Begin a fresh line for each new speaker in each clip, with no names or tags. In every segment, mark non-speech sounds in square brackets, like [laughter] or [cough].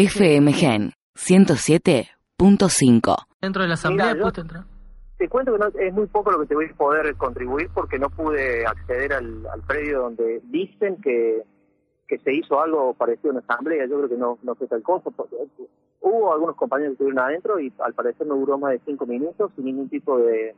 FM Gen 107.5.
Dentro de la asamblea
asamblea yo-
puesto
puesto Te cuento que no- es muy poco lo que te voy a poder contribuir porque no pude acceder al, al predio donde dicen que, que se hizo algo parecido a una asamblea. Yo creo que no, no fue tal cosa. porque Hubo algunos compañeros que estuvieron adentro y al parecer no duró más de cinco minutos sin ningún tipo de...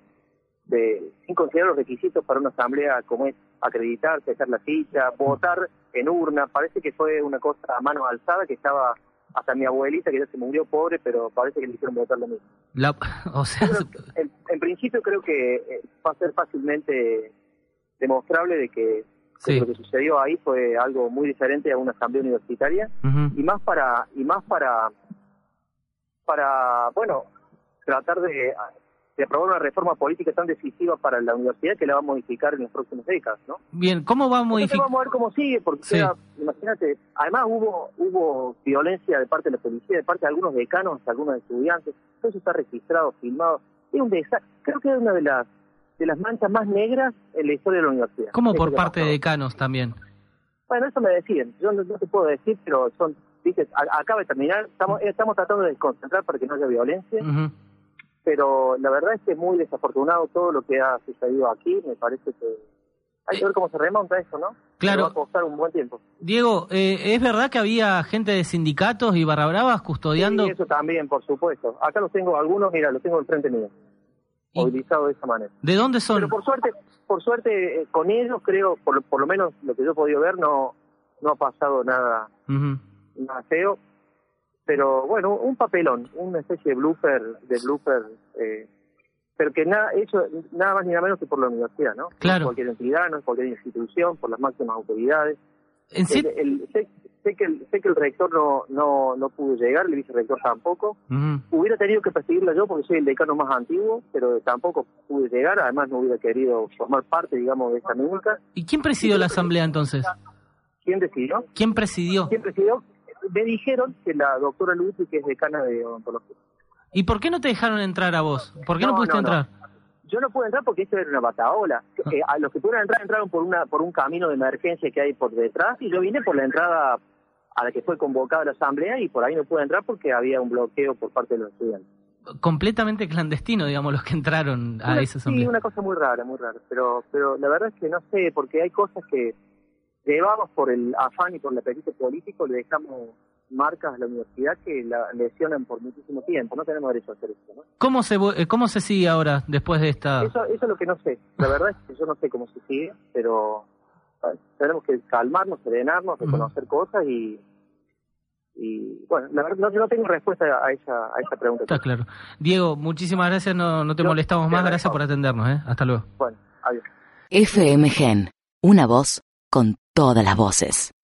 de sin considerar los requisitos para una asamblea como es acreditarse, hacer la ficha, votar en urna. Parece que fue una cosa a mano alzada que estaba hasta mi abuelita que ya se murió pobre, pero parece que le hicieron votar lo mismo.
La, [laughs] o sea,
en, en principio creo que eh, va a ser fácilmente demostrable de que, que
Sí.
lo que sucedió ahí fue algo muy diferente a una asamblea universitaria
ujú,
y más para y más para para bueno tratar de, de aprobar una reforma política tan decisiva para la universidad que la va a modificar en las próximas décadas, ¿no?
bien, ¿cómo va a
Entonces
modificar?
vamos a ver cómo sigue, porque
Sí.
queda- imagínate, además hubo hubo violencia de parte de la policía, de parte de algunos decanos, de algunos estudiantes, todo eso está registrado, filmado, es un desastre, creo que es una de las de las manchas más negras en la historia de la universidad.
¿Cómo
Eso
por
que
parte
pasó.
de decanos también?
Bueno, eso me decían, yo no, no te puedo decir, pero son, dices, a- acaba de terminar,
Mm.
estamos, estamos tratando de desconcentrar para que no haya violencia,
Ujú.
pero la verdad es que es muy desafortunado todo lo que ha sucedido aquí, me parece que hay que ver cómo se remonta eso, ¿no?
Claro.
Pero Va a costar un buen tiempo.
Diego, eh, ¿es verdad que había gente de sindicatos y barra bravas custodiando?
Sí, eso también, por supuesto. Acá los tengo algunos, mira, los tengo enfrente mío,
¿Y
movilizados de esa manera.
¿De dónde
Pero
son?
por suerte, por suerte eh, con ellos creo, por, lo- por lo menos lo que yo he podido ver, no, no ha pasado nada,
Ujú.
nada feo. Pero bueno, un papelón, una especie de blooper, de blooper, eh, pero que nada, hecho nada más ni nada menos que por la universidad, ¿no?
Claro.
No es cualquier entidad, no es cualquier institución, por las máximas autoridades.
En sí-
El- el- sé, sé que el, sé que el rector no, no, no pudo llegar, el vicerrector tampoco.
Ujú.
Hubiera tenido que perseguirla yo porque soy el decano más antiguo, pero tampoco pude llegar, además no hubiera querido formar parte, digamos, de esta nunca.
¿Y quién presidió la asamblea entonces?
¿Quién decidió?
¿Quién presidió?
¿Quién decidió? Me dijeron que la doctora Lucy, que es decana de odontología.
¿Y por qué no te dejaron entrar a vos? ¿Por qué no,
No,
pudiste
no, no.
entrar?
Yo no pude entrar porque esto era una bataola. Eh, a los que pudieron entrar entraron por una por un camino de emergencia que hay por detrás y yo vine por la entrada a la que fue convocada la asamblea y por ahí no pude entrar porque había un bloqueo por parte de los estudiantes.
Completamente clandestino, digamos, los que entraron a
Una-
esa
Sí,
asamblea.
una cosa muy rara, muy rara. Pero, pero la verdad es que no sé, porque hay cosas que llevamos por el afán y por el apetito político, le dejamos marcas a la universidad que la lesionan por muchísimo tiempo. No tenemos derecho a hacer eso, ¿no?
¿Cómo se, vo- eh, ¿Cómo se sigue ahora después de esta...?
Eso, eso es lo que no sé. La verdad es que yo no sé cómo se sigue, pero eh, tenemos que calmarnos, serenarnos, reconocer cosas y... Y bueno, la verdad no, no tengo respuesta a esa, a esa pregunta.
Está claro. Diego, muchísimas gracias, no, no te
Yo
molestamos
te
más,
agradezco.
gracias por atendernos, ¿eh? Hasta luego.
Bueno, adiós.
FM Gen, una voz con todas las voces.